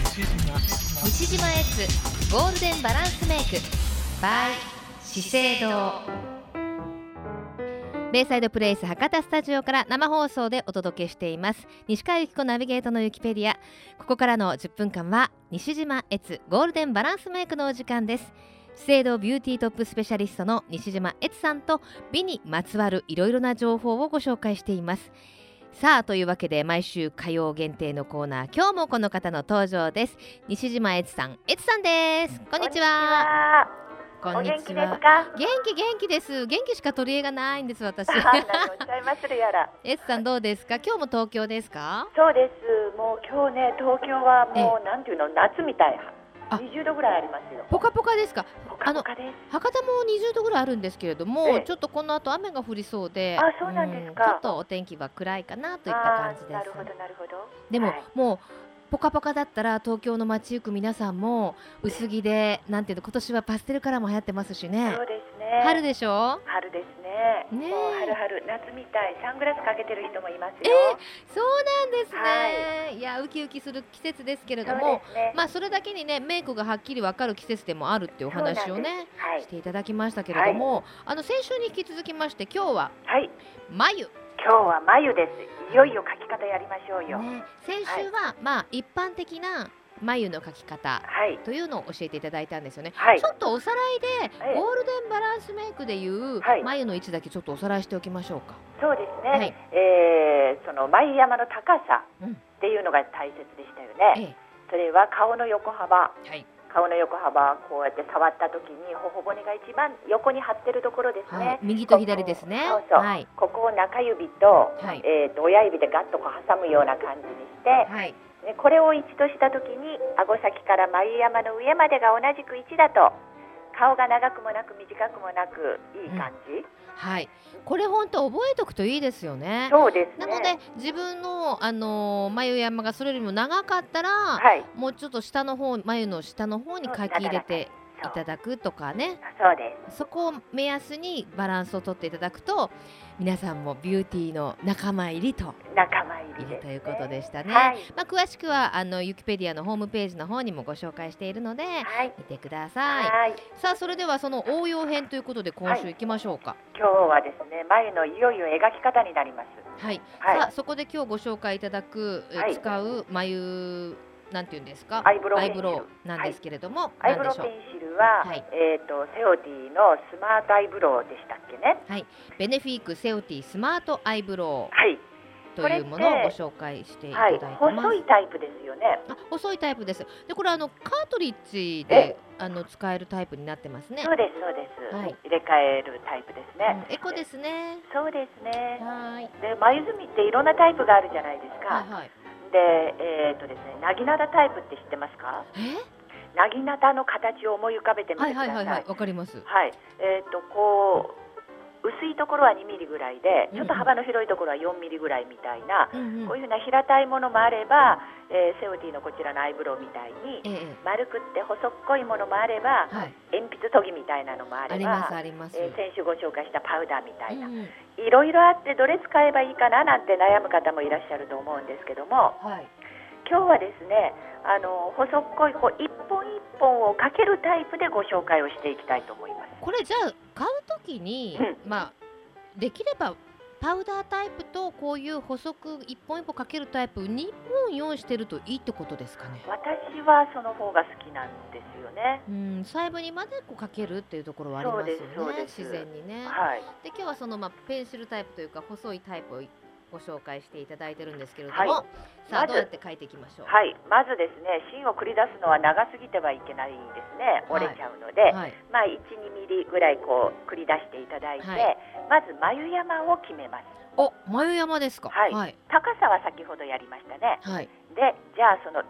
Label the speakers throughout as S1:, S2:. S1: 西島エッツゴールデンバランスメイク by 資生堂ベイサイドプレイス博多スタジオから生放送でお届けしています西川由紀子ナビゲートのユキペディアここからの10分間は西島悦ゴールデンバランスメイクのお時間です資生堂ビューティートップスペシャリストの西島悦さんと美にまつわるいろいろな情報をご紹介していますさあというわけで毎週火曜限定のコーナー今日もこの方の登場です西島悦さん悦さんですこんにちはこ
S2: お
S1: んに
S2: 元
S1: ち
S2: 気です
S1: は
S2: か。
S1: 元気元気です元気しか取り柄がないんです私
S2: あ んなにおっしゃいまするやら。
S1: S さんどうですか今日も東京ですか
S2: そうです。もう今日ね、東京はもうなんていうの、夏みたい
S1: あ。
S2: 二十度ぐらいありますよ。
S1: ポカポカですか
S2: ぽかぽかです。
S1: 博多も20度ぐらいあるんですけれども、
S2: ええ
S1: ちょっとこの後雨が降りそうで
S2: あそうなんですか
S1: ちょっとお天気は暗いかなといった感じ
S2: あー
S1: で
S2: なるほ
S1: す
S2: ど、なるほど。
S1: でも、
S2: はい
S1: もうポカポカだったら東京の街行く皆さんも薄着でなんていうの今年はパステルカラーも流行ってますしね
S2: そうですね。
S1: 春。でしょ
S2: 春ですね。
S1: ねえ
S2: もう春春夏みたい。サングラスかけてる人もいますよ。
S1: そうなんですね、い、やウキウキする季節ですけれど
S2: そう
S1: も
S2: ですね。
S1: まあそれだけにねメイクがはっきりわかる季節でもあるっていうお話をね
S2: は
S1: し
S2: い。
S1: ていただきましたけれども、あの先週に引き続きまして今日は
S2: はい。
S1: 眉、
S2: 今日は眉です。いよいよ描き方やりましょうよ。
S1: ね、先週は、まあ一般的な眉の描き方
S2: はい。
S1: というのを教えていただいたんですよね。
S2: はい
S1: ち。ょっとおさらいで、
S2: はい
S1: ゴールデンバランスメイクでいう、
S2: はい
S1: 眉の位置だけちょっとおさらいしておきましょうか。
S2: そうですね、
S1: はい
S2: えーその眉山の高さ
S1: うん
S2: っていうのが大切でしたよ
S1: ええ
S2: ね、それは顔の横
S1: は
S2: 幅
S1: い、
S2: 顔の横幅こうやって触った時に頬骨が一番横に張ってるところです
S1: はい
S2: ね、
S1: 右と左ですね。
S2: ここそうそう
S1: はい、
S2: ここを中指と,、
S1: はい
S2: えーと親指でガッとこう挟むような感じにして、
S1: はい、
S2: でこれを1とした時に顎先から眉山の上までが同じく1だと顔が長くもなく短くもなくいい感じ、
S1: はい、これ本当覚えておくといいですよね。
S2: そうです
S1: な
S2: ね
S1: ので自分のあのー眉山がそれよりも長かったら、
S2: はい
S1: もうちょっと下の方眉の下の方に書き入れてい
S2: そう
S1: ただくとかね
S2: そうです
S1: そこを目安にバランスをとっていただくと皆さんもビューティーの仲間入りと
S2: 仲間入
S1: い
S2: り
S1: る
S2: です、
S1: と
S2: ね。
S1: いうことでしたね。
S2: はい。
S1: まあ、詳しくはあのユキペディアのホームページの方にもご紹介しているので
S2: はい。
S1: 見てください。
S2: はい。
S1: さあそれではその応用編ということで今週いきましょうか。
S2: 今日はですね、眉のいよいよ描き方になります。
S1: はい、
S2: はい
S1: さあそこで今日ご紹介いただく、えー
S2: はい
S1: 使う眉なんて言うんですか
S2: アイブロウ
S1: ロウなんですけれども、
S2: ア
S1: な
S2: イブ
S1: ん
S2: ロ
S1: で
S2: ウ
S1: しょう
S2: ペンシルは、
S1: はい
S2: えっ、とセオティのスマートアイブロウでしたっけね。
S1: ベネフィークセオティスマートアイブロ
S2: はい。
S1: ウというものをご紹介していた
S2: は
S1: だい
S2: い
S1: て。ます、
S2: 細いタイプですよね。
S1: あ細いタイプですでこれあのカートリッジであの使えるタイプになってますね
S2: そうですそうです、
S1: はい
S2: 入れ替えるタイプですね。
S1: うんエコですね
S2: そうですね。
S1: はい
S2: で眉墨っていろんなタイプがあるじゃないです
S1: はい
S2: か。
S1: はい
S2: で、えっ、とですね、なぎなたタイプって知ってますか？
S1: え
S2: なぎなたの形を思い浮かべてみ
S1: は
S2: て
S1: い
S2: くださ。
S1: はいいはいはいわかります
S2: はい、えっ、とこう薄いところは2ミリぐらいで、
S1: うん
S2: ちょっと幅の広いところは4ミリぐらいみたいな、
S1: うんうん
S2: こういうふうな平たいものもあれば、えーセオティのこちらのアイブロウみたい
S1: え
S2: に
S1: え
S2: 丸くって細っこいものもあれば、
S1: はい
S2: 鉛筆研ぎみたいなのもあ
S1: あ
S2: れ
S1: ります
S2: ば。
S1: あります、
S2: えー先週ご紹介したパウダーみたいな、
S1: うんうん
S2: いろいろあってどれ使えばいいかななんて悩む方もいらっしゃると思うんですけども
S1: はい
S2: 今日はですねあの細っこいこう一本一本をかけるタイプでご紹介をしていきたいと思います。
S1: これじゃあ買うときに、
S2: う
S1: まあできればパウダータイプとこういう補足一本一本かけるタイプ2本用意してるといいってことですかね。
S2: 私はその方が好きなんですよね。
S1: うん、細部にまでこうかけるっていうところはありますよ
S2: そう
S1: ね
S2: ですそう
S1: 自
S2: です
S1: 然にね。
S2: はい、
S1: で今日はその、まあ、ペンシルタイプというか細いタイプをご紹介していただいてるんですけれども、
S2: は
S1: さあ
S2: まず
S1: どうやって書いていきましょう。
S2: はい、まずですね芯を繰り出すのは長すぎてはいけないですね
S1: はい
S2: 折れちゃうので、
S1: はい
S2: まあ12ミリぐらいこう繰り出していただいて、
S1: はい
S2: まず眉山を決めます
S1: お眉山ですか。
S2: はい
S1: はい、
S2: 高さは先ほどやりましたね
S1: はい、
S2: でじゃあその1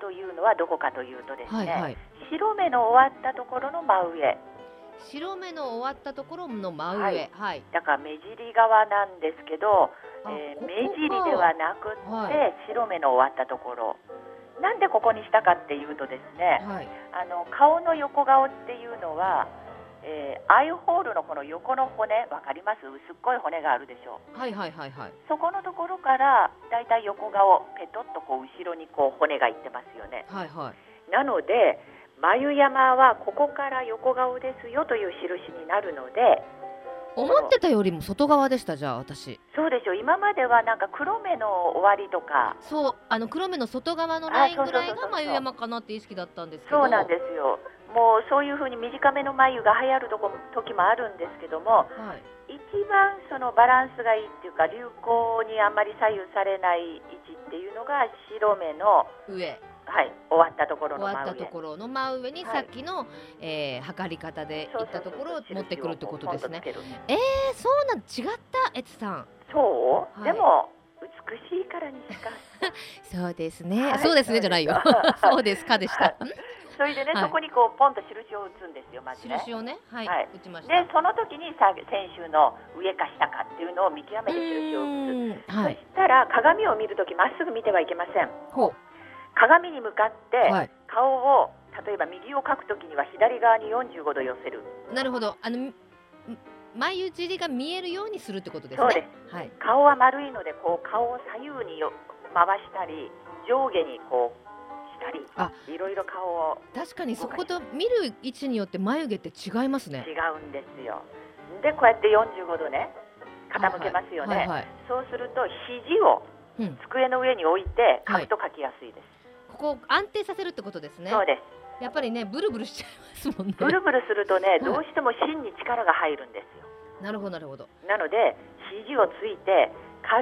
S2: というのはどこかというとです
S1: はい、
S2: ね、
S1: はい
S2: 白目の終わったところの真上
S1: 白目の終わったところの真上、は
S2: はいい、だから目尻側なんですけど、
S1: あ
S2: えー
S1: ここか
S2: 目尻ではなくって、
S1: は
S2: 白目の終わったところなんでここにしたかっていうとですね
S1: はい、
S2: あの顔の横顔っていうのは、えーアイホールのこの横の骨わかります薄っこい骨があるでしょう
S1: はい、はい、はい、はい。
S2: そこのところからだいたい横顔ペトッとこう後ろにこう骨がいってますよね
S1: はいはい
S2: なので眉山はここから横顔ですよという印になるので
S1: 思ってたよりも外側でしたじゃあ私
S2: そうでしょう今まではなんか黒目の終わりとか
S1: そうあの黒目の外側のラインぐらい
S2: あそうそうそう
S1: が
S2: そう
S1: 眉山かなって意識だったんですけど
S2: そうなんですよもうそういうふうに短めの眉が流行るとこ時もあるんですけども
S1: す、はい、
S2: 一番そのバランスがいいっていうか流行にあんまり左右されない位置っていうのが白目の、
S1: 上
S2: はい、終わったとこ
S1: 終
S2: ろの
S1: わった
S2: 真
S1: と
S2: 上
S1: ころの真上に
S2: はい
S1: さっきの、えー測り方でいったところを持ってくるってことですね。
S2: そうそうそう印をポンとつ
S1: え
S2: ける
S1: ー、そうなん違ったエツさん
S2: そう、
S1: はい
S2: でも美しいからにしか
S1: そうですね、
S2: はい
S1: そうですねじゃないよ そうですかでした、
S2: それでね、
S1: はい
S2: そこにこうポンと印を打つんですよまずね
S1: 印をねはい、
S2: はい
S1: 打ちました
S2: でその時にさ先週の上か下かっていうのを見極めて印を打つ
S1: うーんはい
S2: そしたら鏡を見る時まっすぐ見てはいけません
S1: ほ
S2: 鏡に向かって、
S1: うはい
S2: 顔を例えば右を描くときには左側に45度寄せる
S1: なるほどあのみ眉尻が見えるようにするってことです
S2: そう
S1: ね
S2: で
S1: はい
S2: 顔は丸いのでこう顔を左右によ回したり上下にこうしたり
S1: あ
S2: いろいろ顔を
S1: 確かにそこと見る位置によって眉毛って違いますね
S2: 違うんですよでこうやって45度ね傾けますよ
S1: はい
S2: ね
S1: はい、
S2: そうすると肘を
S1: うん
S2: 机の上に置いて
S1: はい
S2: 描くと描きやすいです、
S1: ここを安定させるってことですね
S2: そうです
S1: やっぱりねブルブルしちゃいますもんね
S2: ブルブルするとね
S1: い
S2: どうしても芯に力が入るんですよ
S1: なるほどなるほど
S2: なので肘をついて軽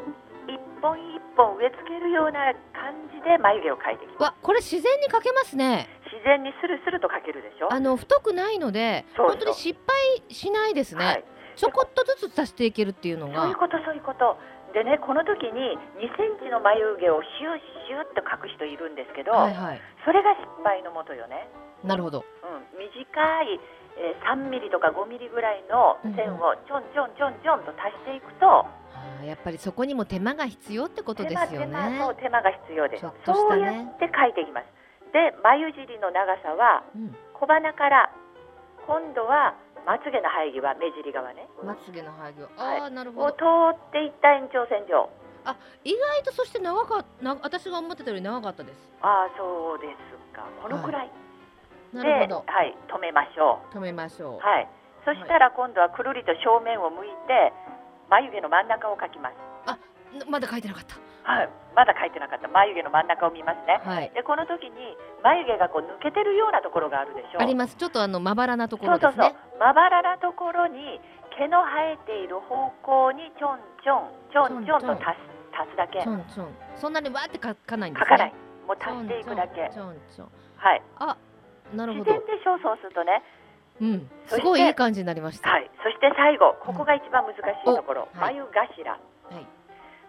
S2: く一本一本植え付けるような感じで眉毛を描いていきます
S1: わこれ自然に描けますね
S2: 自然にスルスルと描けるでしょ
S1: あの太くないので
S2: そうそう
S1: 本当に失敗しないですね、
S2: はい、
S1: ちょこっとずつ足していけるっていうの
S2: そういう
S1: が
S2: ことそういうことでねこの時に2センチの眉毛をシューシューっと描く人いるんですけど、
S1: はいはい
S2: それが失敗のもとよね、
S1: なるほど
S2: うん、短い、えー、3ミリとか5ミリぐらいの線をちょんちょんちょんちょんと足していくと、
S1: あーやっぱりそこにも手間が必要ってことで
S2: 手間
S1: すよ
S2: 手間
S1: ね
S2: そう手間が必要です
S1: ちょっとし
S2: そ
S1: た
S2: う
S1: ね
S2: やって描いていきますで眉尻の長さは
S1: うん
S2: 小鼻から今度はまつげの生え際目尻側ね
S1: まつげの配慮
S2: はい
S1: ああなるほ
S2: を
S1: ど
S2: 通っていった延長線上
S1: 意外とそして長かった私が思ってたより長かったです
S2: ああそうですかこのくらいで、
S1: なる
S2: は
S1: ほ
S2: い
S1: ど
S2: 止めましょ
S1: 止めましょう
S2: うはいそしたら今度はくるりと正面を向いて眉毛の真ん中を描きます
S1: なまだ書いてなかった
S2: はいまだ描いてなかった眉毛の真ん中を見ますね
S1: はい
S2: でこの時に眉毛がこう抜けてるようなところがあるでしょ
S1: ありますちょっとあのまばらなとこ
S2: そ
S1: ろ
S2: う
S1: で
S2: そう
S1: す
S2: そう
S1: ね
S2: まばらなところに毛の生えている方向にちょんちょんちょんちょんと足す足すだけ
S1: ちょんちょんそんなにわーって書かないんです
S2: 書
S1: ね
S2: かないもう足していくだけ
S1: ちょんちょんちょんちょん
S2: はい
S1: あなる
S2: 自
S1: ほ
S2: 然
S1: ど
S2: で焦燥するとね
S1: うん
S2: そして
S1: すごいいい感じになりました
S2: はいそして最後ここが一番難しいところ、
S1: うんおはい
S2: 眉頭
S1: はい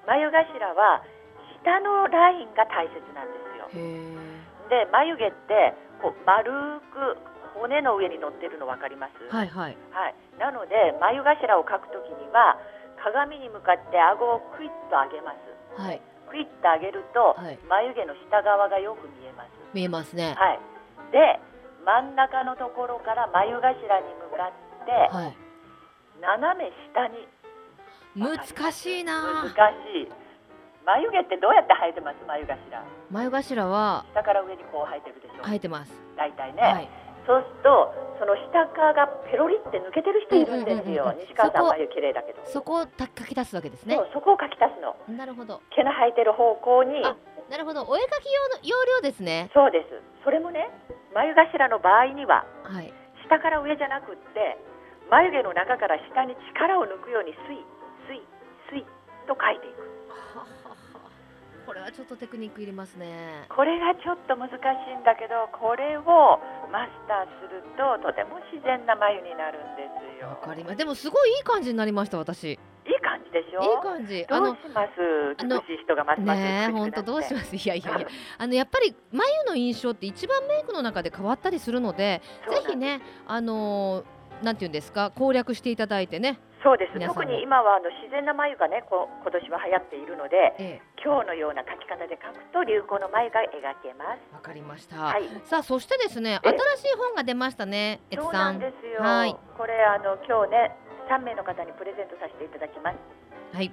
S2: 眉頭は下のラインが大切なんですよ
S1: へえ
S2: で眉毛ってこう丸く骨の上に乗ってるの分かります
S1: はいはい
S2: はい、なので眉頭を描くときには鏡に向かって顎をクイッと上げます
S1: はい
S2: クイッと上げると、
S1: はい
S2: 眉毛の下側がよく見えます
S1: 見えますね
S2: はいで真ん中のところから眉頭に向かって
S1: はい
S2: 斜め下に
S1: 難しいなあ
S2: 難しい眉毛ってどうやって生えてます眉頭
S1: 眉頭は
S2: 下から上にこう生えてるでしょ、
S1: 生えてます
S2: 大体ね、
S1: はい
S2: そうするとその下側がペロリって抜けてる人いるんです
S1: うんうん
S2: よ、
S1: うんうん
S2: 西川さん
S1: そこ
S2: 眉綺麗だけど
S1: そこをた書き出すわけですね
S2: そうそこを描き足すの
S1: なるほど
S2: 毛の生えてる方向に
S1: あなるほどお絵描き用の要領ですね
S2: そうですそれもね眉頭の場合には
S1: はい
S2: 下から上じゃなくって眉毛の中から下に力を抜くようにスイスイスイと書いていく
S1: これはちょっとテクニックいりますね
S2: これがちょっと難しいんだけどこれをマスターするととても自然な眉になるんですよ
S1: わかりますでもすごいいい感じになりました私いい
S2: いい感じでしょ
S1: 感じあ
S2: どう
S1: の
S2: します
S1: あの
S2: 美しい人がますます
S1: ねえ本当どうし
S2: ま
S1: ますい やい やいやあのやっぱり眉の印象って一番メイクの中で変わったりするのでぜひねあのーなんて言うんですか攻略していただいてね、
S2: そうです
S1: 皆さんも
S2: 特に今はあの自然な眉がねこ今年は流行っているので
S1: え
S2: 今日のような書き方で書くと流行の眉が描けます。
S1: え、わかりました、
S2: はい。
S1: さあそしてですね
S2: え
S1: 新しい本が出ましたねえつ
S2: そう
S1: さ
S2: なんんですよ。
S1: はい
S2: これあの今日ね三名の方にプレゼントさせていただきます。
S1: はい、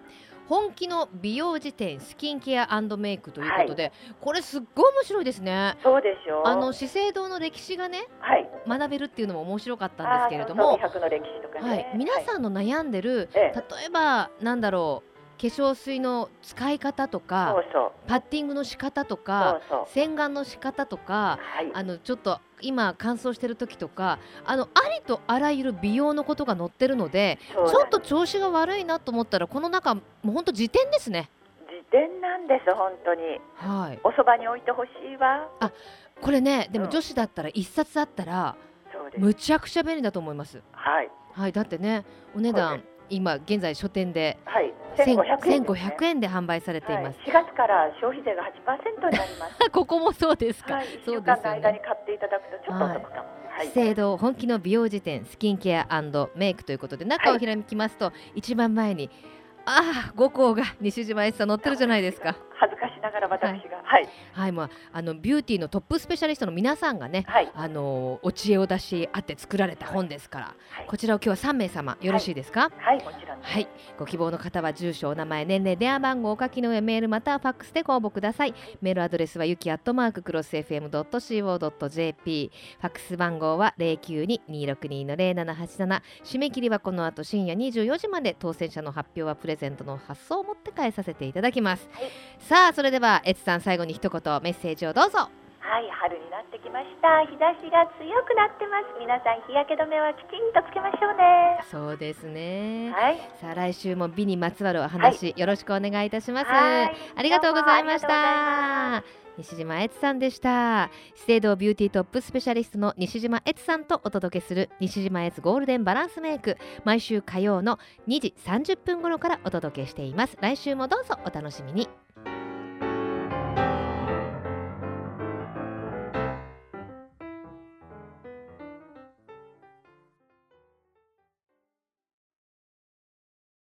S1: 本気の美容辞典スキンケアメイクということで、これすっごい面白いですね。
S2: そうでしょう。
S1: あの資生堂の歴史がね
S2: はい。
S1: 学べるっていうのも面白かったんですけれど
S2: あ
S1: も
S2: ー、そうそう美白の歴史とかね。
S1: はい、皆
S2: はい
S1: さんの悩んでる、
S2: ええ
S1: 例えばなんだろう化粧水の使い方と
S2: そ
S1: か
S2: うそう。
S1: パッティングの仕方と
S2: そう
S1: か
S2: そう。
S1: 洗顔の仕方とか
S2: はい。
S1: あのちょっと今乾燥してる時とかあのありとあらゆる美容のことが載ってるので
S2: そう
S1: ちょっと調子が悪いなと思ったらこの中もう本当辞典ですね。
S2: 自伝なんです本当に。
S1: はい、
S2: おそばに置いてほしいわ。
S1: これねでも
S2: うん
S1: 女子だったら一冊あったら
S2: そうです。
S1: むちゃくちゃ便利だと思います。
S2: はい
S1: はい、だってねお値
S2: そう
S1: 段今現在書店で
S2: はい。千五百円ですね。
S1: 1500円で販売されています。
S2: はい、4月から消費税が8%になります。
S1: ここも そうですか。
S2: はい、1
S1: そう
S2: 週
S1: で
S2: 間
S1: すよ
S2: の間
S1: ね
S2: に。買っていただくとちょっとお得かも。はい、
S1: 資生堂本気の美容辞典スキンケアメイクということで中を開きますと、一番前にああ5校が西島悦さん載ってるじゃないですか。
S2: 恥ずかしながら私が、はい、
S1: はいまああのビューティーのトップスペシャリストの皆さんがね
S2: はい、
S1: あのお知恵を出し合って作られた本ですから、
S2: はい
S1: こちらを今日は3名様よろしいですか。
S2: はい、もちろんです。
S1: はい、ご希望の方は住所、お名前、年齢、電話番号をお書きの上、メールまたはファックスでご応募ください。メールアドレスはゆきアットマーククロス FM ドット CO ドット JP。ファックス番号は零九二二六二の零七八七。締め切りはこの後深夜二十四時まで当選者の発表はプレゼントの発送を持って返させていただきます。
S2: はい
S1: さあ、それではエツさん最後に一言メッセージをどうぞ。
S2: はい、春になってきました。日差しが強くなってます。皆さん日焼け止めはきちんとつけましょうね。
S1: そうですね。
S2: はい、
S1: さあ来週も美にまつわるお話、よろしくお願いいたします。
S2: はい
S1: ありがとうございまし
S2: どうもあ
S1: た。西島悦さんでした。資生堂ビューティートップスペシャリストの西島悦さんとお届けする西島悦ゴールデンバランスメイク。毎週火曜の2時30分頃からお届けしています。来週もどうぞお楽しみに。